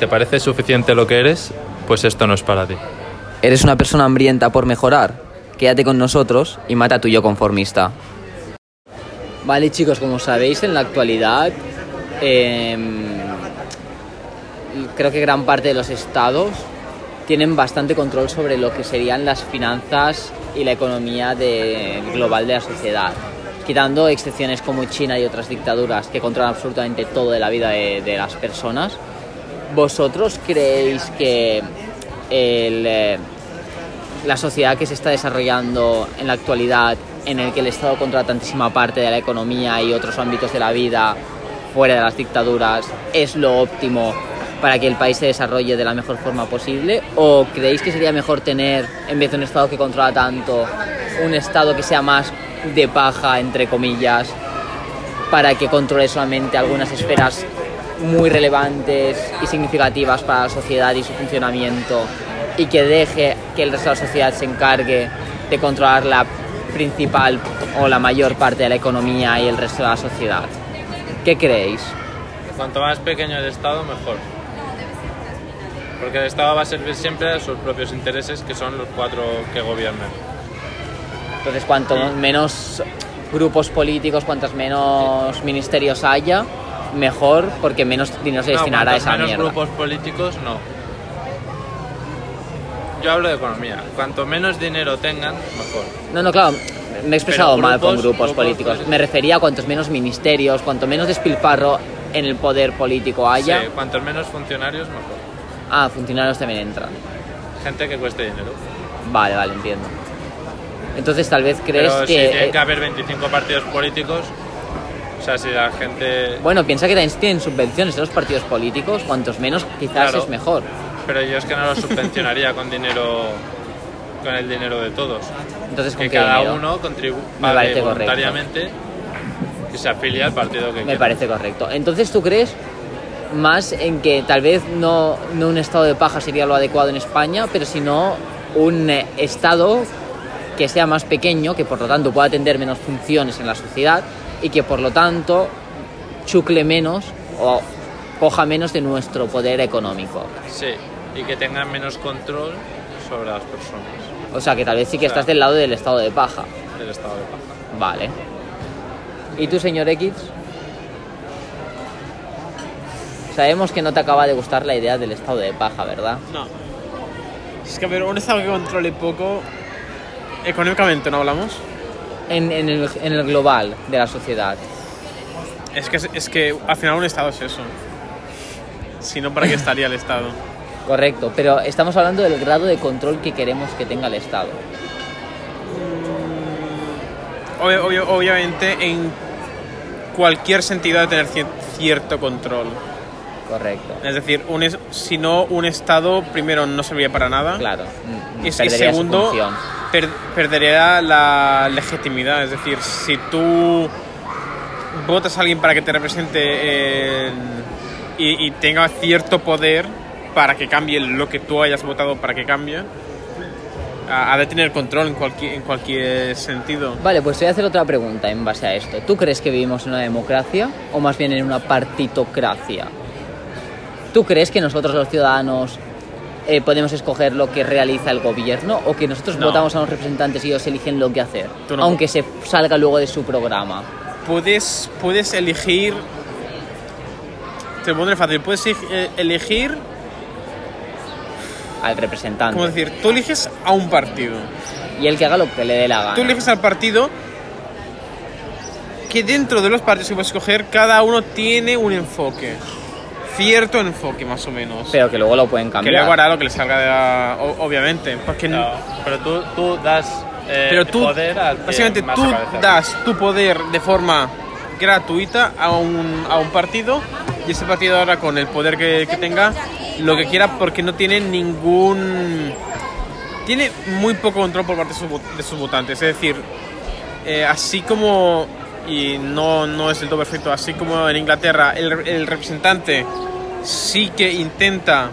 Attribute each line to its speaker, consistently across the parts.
Speaker 1: ¿Te parece suficiente lo que eres? Pues esto no es para ti.
Speaker 2: Eres una persona hambrienta por mejorar. Quédate con nosotros y mata a tu yo conformista.
Speaker 3: Vale chicos, como sabéis en la actualidad eh, creo que gran parte de los estados tienen bastante control sobre lo que serían las finanzas y la economía de- global de la sociedad, quitando excepciones como China y otras dictaduras que controlan absolutamente todo de la vida de, de las personas. ¿Vosotros creéis que el, eh, la sociedad que se está desarrollando en la actualidad, en el que el Estado controla tantísima parte de la economía y otros ámbitos de la vida fuera de las dictaduras, es lo óptimo para que el país se desarrolle de la mejor forma posible? ¿O creéis que sería mejor tener, en vez de un Estado que controla tanto, un Estado que sea más de paja, entre comillas, para que controle solamente algunas esferas muy relevantes y significativas para la sociedad y su funcionamiento y que deje que el resto de la sociedad se encargue de controlar la principal o la mayor parte de la economía y el resto de la sociedad. ¿Qué creéis?
Speaker 1: Cuanto más pequeño el Estado, mejor. Porque el Estado va a servir siempre a sus propios intereses, que son los cuatro que gobiernan.
Speaker 3: Entonces, cuanto menos grupos políticos, cuantos menos ministerios haya, mejor, porque menos dinero se
Speaker 1: No,
Speaker 3: destinará a
Speaker 1: cuantos
Speaker 3: esa
Speaker 1: menos
Speaker 3: mierda.
Speaker 1: grupos políticos, no. Yo hablo de economía. Cuanto menos dinero tengan, mejor.
Speaker 3: No, no, claro, me he expresado
Speaker 1: Pero
Speaker 3: mal con
Speaker 1: grupos-
Speaker 3: grupos
Speaker 1: grupos
Speaker 3: políticos.
Speaker 1: políticos.
Speaker 3: Me refería a cuantos menos ministerios, cuanto menos despilfarro en el poder político haya.
Speaker 1: Sí, cuantos menos funcionarios, mejor.
Speaker 3: Ah, funcionarios también entran.
Speaker 1: Gente que cueste dinero.
Speaker 3: Vale, vale, entiendo. Entonces tal vez crees
Speaker 1: Pero si
Speaker 3: que...
Speaker 1: tiene
Speaker 3: eh,
Speaker 1: que haber 25 partidos políticos, o sea, si la gente...
Speaker 3: Bueno, piensa que también tienen subvenciones de los partidos políticos, cuantos menos quizás
Speaker 1: Claro.
Speaker 3: es mejor.
Speaker 1: Pero yo es que no lo subvencionaría con dinero... Con el dinero de todos.
Speaker 3: Entonces, ¿con
Speaker 1: que
Speaker 3: qué
Speaker 1: cada
Speaker 3: dinero?
Speaker 1: uno contribuye
Speaker 3: parece correcto.
Speaker 1: voluntariamente que se afilia al partido que
Speaker 3: Me
Speaker 1: quiera.
Speaker 3: parece correcto. Entonces, ¿tú crees más en que tal vez no, no un estado de paja sería lo adecuado en España, pero sino un eh, estado que sea más pequeño, que por lo tanto pueda atender menos funciones en la sociedad y que por lo tanto chucle menos o coja menos de nuestro poder económico?
Speaker 1: Sí, y que tengan menos control sobre las personas
Speaker 3: O sea, que tal vez sí que
Speaker 1: Claro.
Speaker 3: estás del lado del estado de paja.
Speaker 1: del estado de paja.
Speaker 3: Vale. ¿Y tú, señor X? Sabemos que no te acaba de gustar la idea del estado de paja, ¿verdad?
Speaker 4: No. Es que, a ver, un estado que controle poco. Económicamente no hablamos.
Speaker 3: En, en el, en el global de la sociedad.
Speaker 4: Es que, es que al final un estado es eso. Si no, ¿para qué estaría el estado?
Speaker 3: Correcto, pero estamos hablando del grado de control que queremos que tenga el Estado.
Speaker 4: Obvio- obvio- obviamente, en cualquier sentido de tener cier- cierto control.
Speaker 3: Correcto.
Speaker 4: Es decir, un es- si no, un estado primero no serviría para nada.
Speaker 3: Claro. mm, mm,
Speaker 4: Y, y
Speaker 3: perdería su
Speaker 4: segundo,
Speaker 3: función.
Speaker 4: per- perdería la legitimidad. Es decir, si tú votas a alguien para que te represente en- y, y tenga cierto poder para que cambie lo que tú hayas votado para que cambie, ha, ha de tener control en cualquier, en cualquier sentido.
Speaker 3: Vale, pues te voy a hacer otra pregunta en base a esto. ¿Tú crees que vivimos en una democracia o más bien en una partitocracia? ¿Tú crees que nosotros los ciudadanos eh, podemos escoger lo que realiza el gobierno o que nosotros
Speaker 4: No.
Speaker 3: votamos a los representantes y ellos eligen lo que hacer?
Speaker 4: Tú no.
Speaker 3: Aunque se salga luego de su programa.
Speaker 4: Puedes, puedes elegir... Te lo pondré fácil. Puedes elig- eh, elegir...
Speaker 3: Al representante.
Speaker 4: ¿Cómo decir? Tú eliges a un partido.
Speaker 3: Y el que haga lo que le dé la gana.
Speaker 4: Tú eliges al partido que dentro de los partidos que puedes escoger, cada uno tiene un enfoque. Cierto enfoque, más o menos.
Speaker 3: Pero que luego lo pueden
Speaker 4: que
Speaker 3: cambiar.
Speaker 4: luego hará lo que le salga de la- o- obviamente. Ah. Porque n-
Speaker 1: Pero tú, tú das eh,
Speaker 4: pero tú,
Speaker 1: poder al que
Speaker 4: básicamente,
Speaker 1: más
Speaker 4: tú
Speaker 1: aparece.
Speaker 4: das tu poder de forma gratuita a un, a un partido y ese partido ahora con el poder que, que tenga lo que quiera porque no tiene ningún tiene muy poco control por parte de sus, vo- de sus votantes es decir eh, así como y no, no es del todo perfecto así como en Inglaterra el, el representante sí que intenta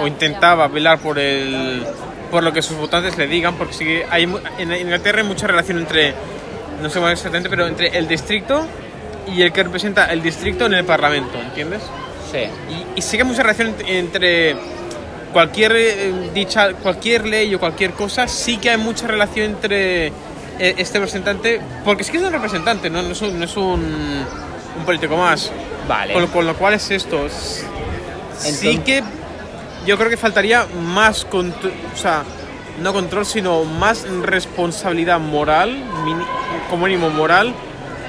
Speaker 4: o intentaba velar por el por lo que sus votantes le digan, porque sí que hay mu- en Inglaterra hay mucha relación entre no sé cómo exactamente, pero entre el distrito y el que representa el distrito en el parlamento, ¿entiendes?
Speaker 3: Sí.
Speaker 4: Y, y sí que hay mucha relación ent- entre cualquier eh, dicha, cualquier ley o cualquier cosa, sí que hay mucha relación entre eh, este representante, porque es que es un representante, no, No es, un, no es un- un político más.
Speaker 3: Vale.
Speaker 4: Con, lo- con lo cual es esto. s- sí
Speaker 3: Entonces-
Speaker 4: que yo creo que faltaría más control, o sea, no control, sino más responsabilidad moral, mini- como mínimo moral,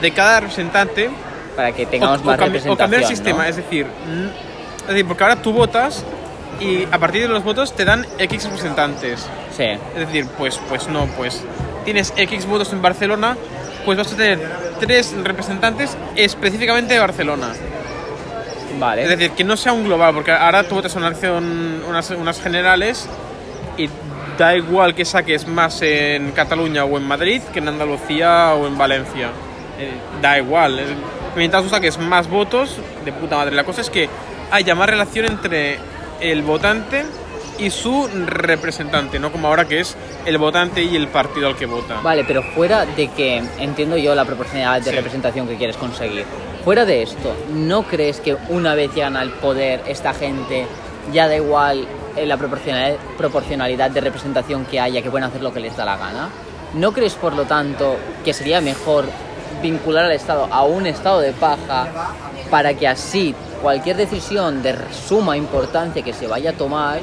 Speaker 4: de cada representante
Speaker 3: Para que tengamos
Speaker 4: o,
Speaker 3: más
Speaker 4: o cambi-
Speaker 3: representación.
Speaker 4: o cambiar
Speaker 3: ¿no?
Speaker 4: el sistema, es decir, n- es decir, porque ahora tú votas y a partir de los votos te dan X representantes.
Speaker 3: Sí.
Speaker 4: Es decir, pues, pues no, pues tienes X votos en Barcelona, pues vas a tener tres representantes específicamente de Barcelona.
Speaker 3: Vale.
Speaker 4: Es decir, que no sea un global, porque ahora tú votas una acción, unas, unas generales y da igual que saques más en Cataluña o en Madrid que en Andalucía o en Valencia. Eh, Da igual. Es- Mientras tú saques más votos, de puta madre. La cosa es que haya más relación entre el votante y su representante, no como ahora que es el votante y el partido al que vota.
Speaker 3: Vale, pero fuera de que entiendo yo la proporcionalidad de
Speaker 4: Sí.
Speaker 3: representación que quieres conseguir, fuera de esto, ¿no crees que una vez llegan al poder esta gente ya da igual eh, la proporcionalidad, proporcionalidad de representación que haya, que pueden hacer lo que les da la gana? ¿No crees, por lo tanto, que sería mejor vincular al Estado a un estado de paja para que así cualquier decisión de suma importancia que se vaya a tomar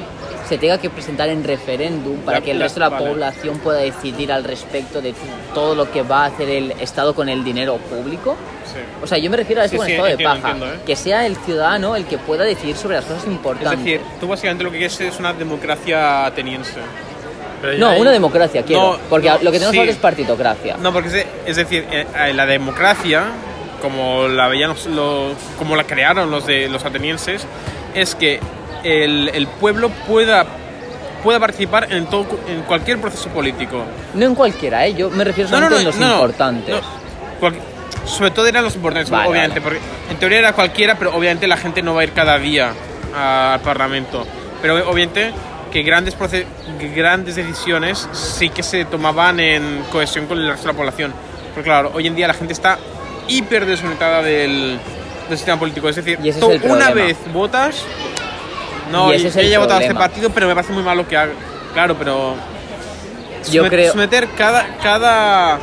Speaker 3: se tenga que presentar en referéndum para
Speaker 4: La-
Speaker 3: que el
Speaker 4: la-
Speaker 3: resto de la
Speaker 4: vale.
Speaker 3: población población pueda decidir al respecto de todo lo que va a hacer el Estado con el dinero público?
Speaker 4: Sí.
Speaker 3: O sea, yo me refiero a esto
Speaker 4: Sí,
Speaker 3: con
Speaker 4: sí,
Speaker 3: estado
Speaker 4: entiendo,
Speaker 3: de paja.
Speaker 4: entiendo, ¿eh?
Speaker 3: Que sea el ciudadano el que pueda decidir sobre las cosas
Speaker 4: Es
Speaker 3: importantes.
Speaker 4: decir, tú básicamente lo que quieres es una democracia ateniense.
Speaker 1: Pero ya
Speaker 3: no,
Speaker 1: hay-
Speaker 3: una democracia quiero.
Speaker 4: No,
Speaker 3: porque
Speaker 4: no,
Speaker 3: lo que tenemos
Speaker 4: sí.
Speaker 3: ahora es partitocracia.
Speaker 4: No, porque es, de- es decir, eh, eh, la democracia, como la veían los- lo- como la crearon los de los atenienses, es que el, el pueblo pueda pueda participar en todo en cualquier proceso político.
Speaker 3: No en cualquiera, ¿eh? Yo me refiero solamente en los importantes.
Speaker 4: no. Cual- sobre todo eran los importantes,
Speaker 3: Vale,
Speaker 4: obviamente,
Speaker 3: vale.
Speaker 4: porque en teoría era cualquiera, pero obviamente la gente no va a ir cada día al Parlamento. Pero obviamente que grandes, proce- grandes decisiones sí que se tomaban en cohesión con el resto de la población. Porque claro, hoy en día la gente está hiper desorientada del, del sistema político. Es decir,
Speaker 3: Y ese es
Speaker 4: tú
Speaker 3: el
Speaker 4: una
Speaker 3: problema.
Speaker 4: vez votas, no,
Speaker 3: Y ese
Speaker 4: y-
Speaker 3: es el
Speaker 4: ella ha votado a este
Speaker 3: problema.
Speaker 4: partido, pero me parece muy malo que haga. Claro, pero
Speaker 3: Yo
Speaker 4: Somet-
Speaker 3: creo-
Speaker 4: Someter cada, cada.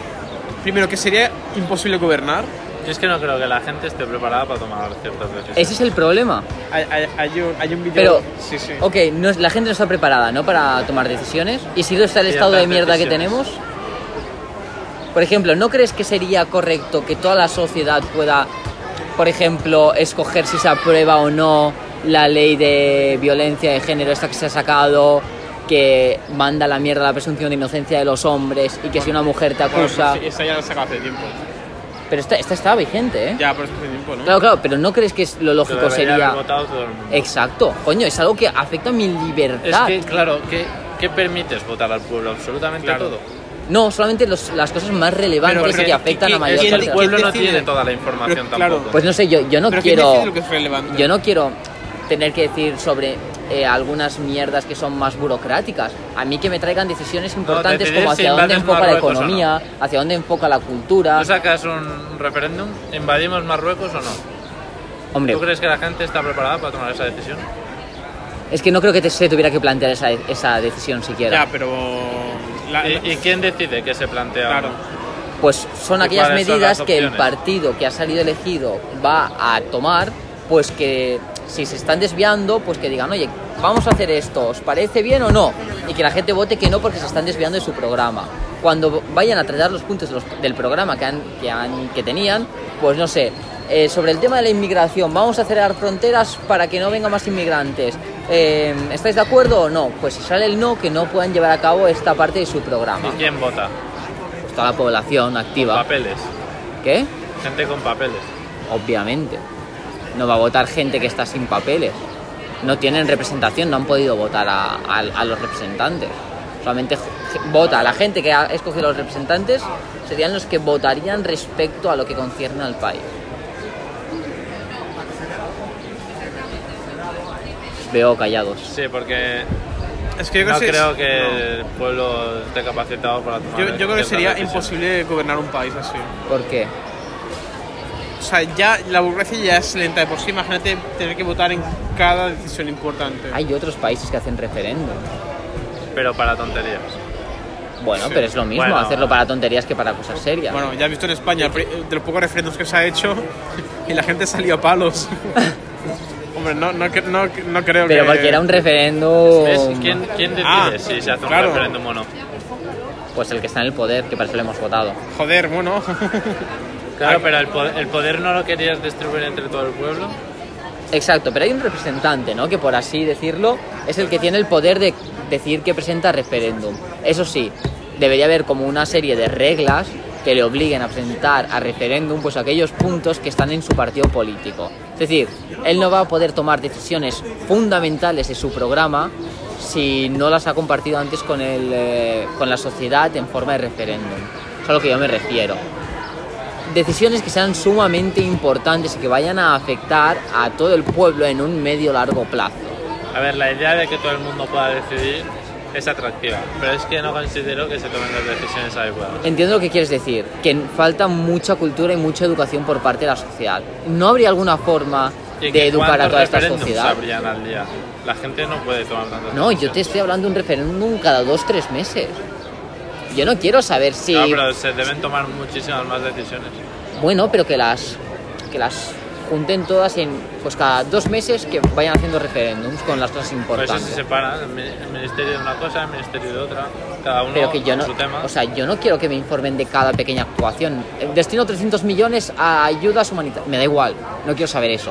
Speaker 4: Primero, que sería imposible gobernar.
Speaker 1: Yo es que no creo que la gente esté preparada para tomar ciertas decisiones.
Speaker 3: Ese es el problema.
Speaker 4: Hay, hay- hay un, hay un vídeo.
Speaker 3: Pero,
Speaker 4: Sí, sí.
Speaker 3: ok, no, es- la gente no está preparada, ¿no? Para tomar decisiones. Y si no está el
Speaker 1: Y
Speaker 3: estado de
Speaker 1: tantas
Speaker 3: mierda que
Speaker 1: decisiones.
Speaker 3: tenemos. Por ejemplo, ¿no crees que sería correcto que toda la sociedad pueda, por ejemplo, escoger si se aprueba o no la ley de violencia de género esta que se ha sacado, que manda a la mierda la presunción de inocencia de los hombres y que si una mujer te
Speaker 4: Bueno,
Speaker 1: pues
Speaker 3: acusa...
Speaker 4: sí, esa ya la saca hace tiempo.
Speaker 3: Pero esta, esta estaba vigente, ¿eh?
Speaker 4: Ya, pero es hace tiempo, ¿no?
Speaker 3: Claro, claro, pero ¿no crees que es- lo
Speaker 1: Lo
Speaker 3: lógico
Speaker 1: debería
Speaker 3: sería...
Speaker 1: haber votado todo el mundo.
Speaker 3: Exacto, coño, es algo que afecta a mi
Speaker 1: Es
Speaker 3: libertad.
Speaker 1: que, claro, ¿qué, qué permites votar al pueblo? Absolutamente
Speaker 4: Claro.
Speaker 1: todo.
Speaker 3: No, solamente los- las cosas más relevantes
Speaker 1: Pero,
Speaker 3: y
Speaker 1: pero,
Speaker 3: que afectan a
Speaker 4: ¿quién-
Speaker 3: la mayor
Speaker 1: Es que
Speaker 4: quién-
Speaker 1: el
Speaker 4: quién
Speaker 3: parte.
Speaker 1: pueblo no
Speaker 4: decide?
Speaker 1: tiene toda la información
Speaker 4: Pero, claro.
Speaker 1: tampoco.
Speaker 3: Pues no sé, yo, yo no
Speaker 4: pero ¿quién
Speaker 3: quiero.
Speaker 4: decide lo que es relevante?
Speaker 3: Yo no quiero tener que decir sobre eh, algunas mierdas que son más burocráticas. A mí que me traigan decisiones importantes
Speaker 1: decidir
Speaker 3: como
Speaker 1: si
Speaker 3: hacia dónde
Speaker 1: invades
Speaker 3: enfoca la
Speaker 1: Marruecos o
Speaker 3: economía, hacia dónde enfoca la cultura.
Speaker 1: ¿Tú sacas un referéndum? ¿Invadimos Marruecos o no?
Speaker 3: Hombre,
Speaker 1: ¿Tú crees que la gente está preparada para tomar esa decisión?
Speaker 3: es que no creo que te- se tuviera que plantear esa, esa decisión siquiera.
Speaker 4: Ya, pero. la-
Speaker 1: ¿Y, y quién decide que se plantea? o
Speaker 4: Claro.
Speaker 1: no?
Speaker 3: Pues son
Speaker 1: ¿Y
Speaker 3: aquellas
Speaker 1: cuáles son
Speaker 3: medidas
Speaker 1: las
Speaker 3: que el
Speaker 1: opciones?
Speaker 3: partido que ha salido elegido va a tomar, pues que si se están desviando, pues que digan, oye, vamos a hacer esto, ¿os parece bien o no? Y que la gente vote que no porque se están desviando de su programa. Cuando vayan a tratar los puntos de los- del programa que, han, que, han- que tenían, pues no sé, eh, sobre el tema de la inmigración, vamos a cerrar fronteras para que no vengan más inmigrantes. Eh, ¿Estáis de acuerdo o no? Pues si sale el no, que no puedan llevar a cabo esta parte de su
Speaker 1: ¿Y
Speaker 3: programa.
Speaker 1: quién vota?
Speaker 3: Pues toda la población activa.
Speaker 1: Papeles.
Speaker 3: ¿Qué?
Speaker 1: Gente con papeles.
Speaker 3: Obviamente. No va a votar gente que está sin papeles. No tienen representación, no han podido votar a, a- a los representantes. Solamente j- vota la gente que ha escogido a los representantes, serían los que votarían respecto a lo que concierne al país. Os Veo callados.
Speaker 1: Sí, porque
Speaker 4: Es que yo creo
Speaker 1: no
Speaker 4: que.
Speaker 1: creo que el pueblo esté capacitado para tomar
Speaker 4: Yo, yo creo que
Speaker 1: ciertas
Speaker 4: sería
Speaker 1: decisiones.
Speaker 4: imposible gobernar un país así.
Speaker 3: ¿Por qué?
Speaker 1: O
Speaker 4: sea, ya la burocracia ya es lenta de por sí. Imagínate tener que votar en cada decisión importante.
Speaker 3: Hay otros países que hacen referéndum.
Speaker 1: Pero para tonterías.
Speaker 3: Bueno,
Speaker 4: Sí.
Speaker 3: pero es lo mismo,
Speaker 1: Bueno.
Speaker 3: hacerlo para tonterías que para cosas serias.
Speaker 4: Bueno, ya has visto en España, pri- de los pocos referendos que se ha hecho, y la gente salió a palos. Hombre, no, no, cre- no, no creo que...
Speaker 3: pero porque era un referéndum,
Speaker 1: ¿Ves? ¿Quién, quién decide
Speaker 4: Ah,
Speaker 1: si se hace un
Speaker 4: claro.
Speaker 1: referéndum o no?
Speaker 3: pues el que está en el poder, que para eso lo hemos votado.
Speaker 4: Joder, bueno.
Speaker 1: Claro, pero el poder, el poder no lo querías distribuir entre todo el pueblo.
Speaker 3: Exacto, pero hay un representante, ¿no? Que por así decirlo, es el que tiene el poder de decir que presenta referéndum. Eso sí, debería haber como una serie de reglas que le obliguen a presentar a referéndum pues aquellos puntos que están en su partido político. Es decir, él no va a poder tomar decisiones fundamentales de su programa si no las ha compartido antes con, el, eh, con la sociedad en forma de referéndum. Eso es a lo que yo me refiero decisiones que sean sumamente importantes y que vayan a afectar a todo el pueblo en un medio largo plazo.
Speaker 1: A ver, la idea de que todo el mundo pueda decidir es atractiva, pero es que no considero que se tomen las decisiones adecuadas.
Speaker 3: Entiendo lo que quieres decir, que falta mucha cultura y mucha educación por parte de la sociedad. ¿No habría alguna forma
Speaker 1: Y
Speaker 3: de
Speaker 1: que
Speaker 3: educar a
Speaker 1: ¿cuántos
Speaker 3: toda esta
Speaker 1: referéndums
Speaker 3: sociedad?
Speaker 1: habrían al día? La gente no puede tomar tantas
Speaker 3: No, yo te
Speaker 1: decisiones.
Speaker 3: estoy hablando de un referéndum cada dos, tres meses. Yo no quiero saber si...
Speaker 1: No, pero se deben tomar muchísimas más decisiones.
Speaker 3: Bueno, pero que las, que las junten todas en... Pues cada dos meses que vayan haciendo referéndums con las cosas
Speaker 1: Por
Speaker 3: importantes.
Speaker 1: eso Pues se separan, el mi- el ministerio de una cosa, el ministerio de otra, cada uno
Speaker 3: Pero que yo
Speaker 1: con
Speaker 3: no,
Speaker 1: su tema.
Speaker 3: o sea, yo no quiero que me informen de cada pequeña actuación. Eh, Destino 300 millones a ayudas humanitarias. Me da igual, no quiero saber eso.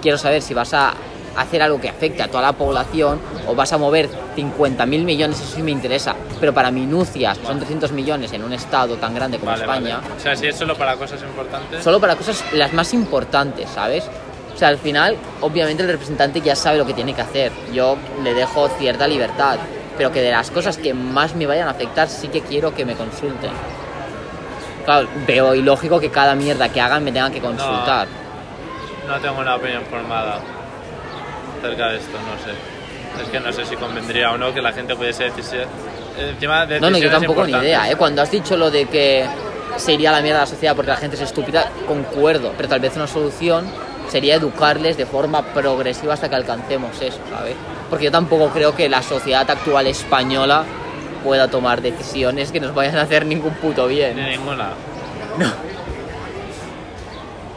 Speaker 3: Quiero saber si vas a hacer algo que afecte a toda la población o vas a mover 50.000 millones, eso sí me interesa. Pero para minucias, que son 300 millones en un estado tan grande como
Speaker 1: Vale,
Speaker 3: España,
Speaker 1: vale. O sea, si es solo para cosas importantes,
Speaker 3: solo para cosas las más importantes, ¿sabes? O sea, al final, obviamente el representante ya sabe lo que tiene que hacer. Yo le dejo cierta libertad, pero que de las cosas que más me vayan a afectar sí que quiero que me consulten. Claro, veo ilógico que cada mierda que hagan me tengan que consultar.
Speaker 1: no tengo una opinión formada acerca de esto, no sé. Es que no sé si convendría o no que la gente pudiese decidir. Encima,
Speaker 3: No, no, yo
Speaker 1: decisiones
Speaker 3: tampoco ni idea,
Speaker 1: importantes.
Speaker 3: ¿eh? Cuando has dicho lo de que se iría a la mierda la sociedad porque la gente es estúpida, concuerdo, pero tal vez una solución sería educarles de forma progresiva hasta que alcancemos eso, ¿sabes? Porque yo tampoco creo que la sociedad actual española pueda tomar decisiones que nos vayan a hacer ningún puto
Speaker 1: Ni
Speaker 3: bien.
Speaker 1: ninguna.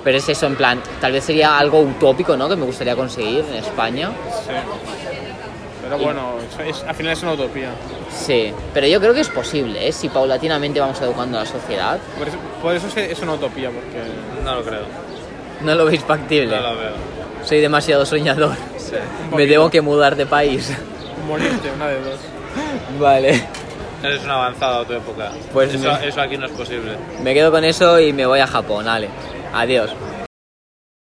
Speaker 3: Pero es eso, en plan, tal vez sería algo utópico, ¿no? Que me gustaría conseguir en España.
Speaker 4: Sí. Pero bueno, eso es- al final es una utopía.
Speaker 3: Sí, pero yo creo que es posible, ¿eh? Si paulatinamente vamos educando a la sociedad.
Speaker 4: Por eso, por eso se- es una utopía, porque...
Speaker 1: No lo creo.
Speaker 3: No lo veis factible.
Speaker 1: No lo veo.
Speaker 3: Soy demasiado soñador.
Speaker 4: Me tengo
Speaker 3: que mudar de país.
Speaker 4: Morirte, una de dos.
Speaker 3: Vale.
Speaker 1: Eres un avanzado a tu época.
Speaker 3: Pues
Speaker 1: eso,
Speaker 3: no.
Speaker 1: eso aquí no es posible.
Speaker 3: Me quedo con eso y me voy a Japón, vale. Adiós.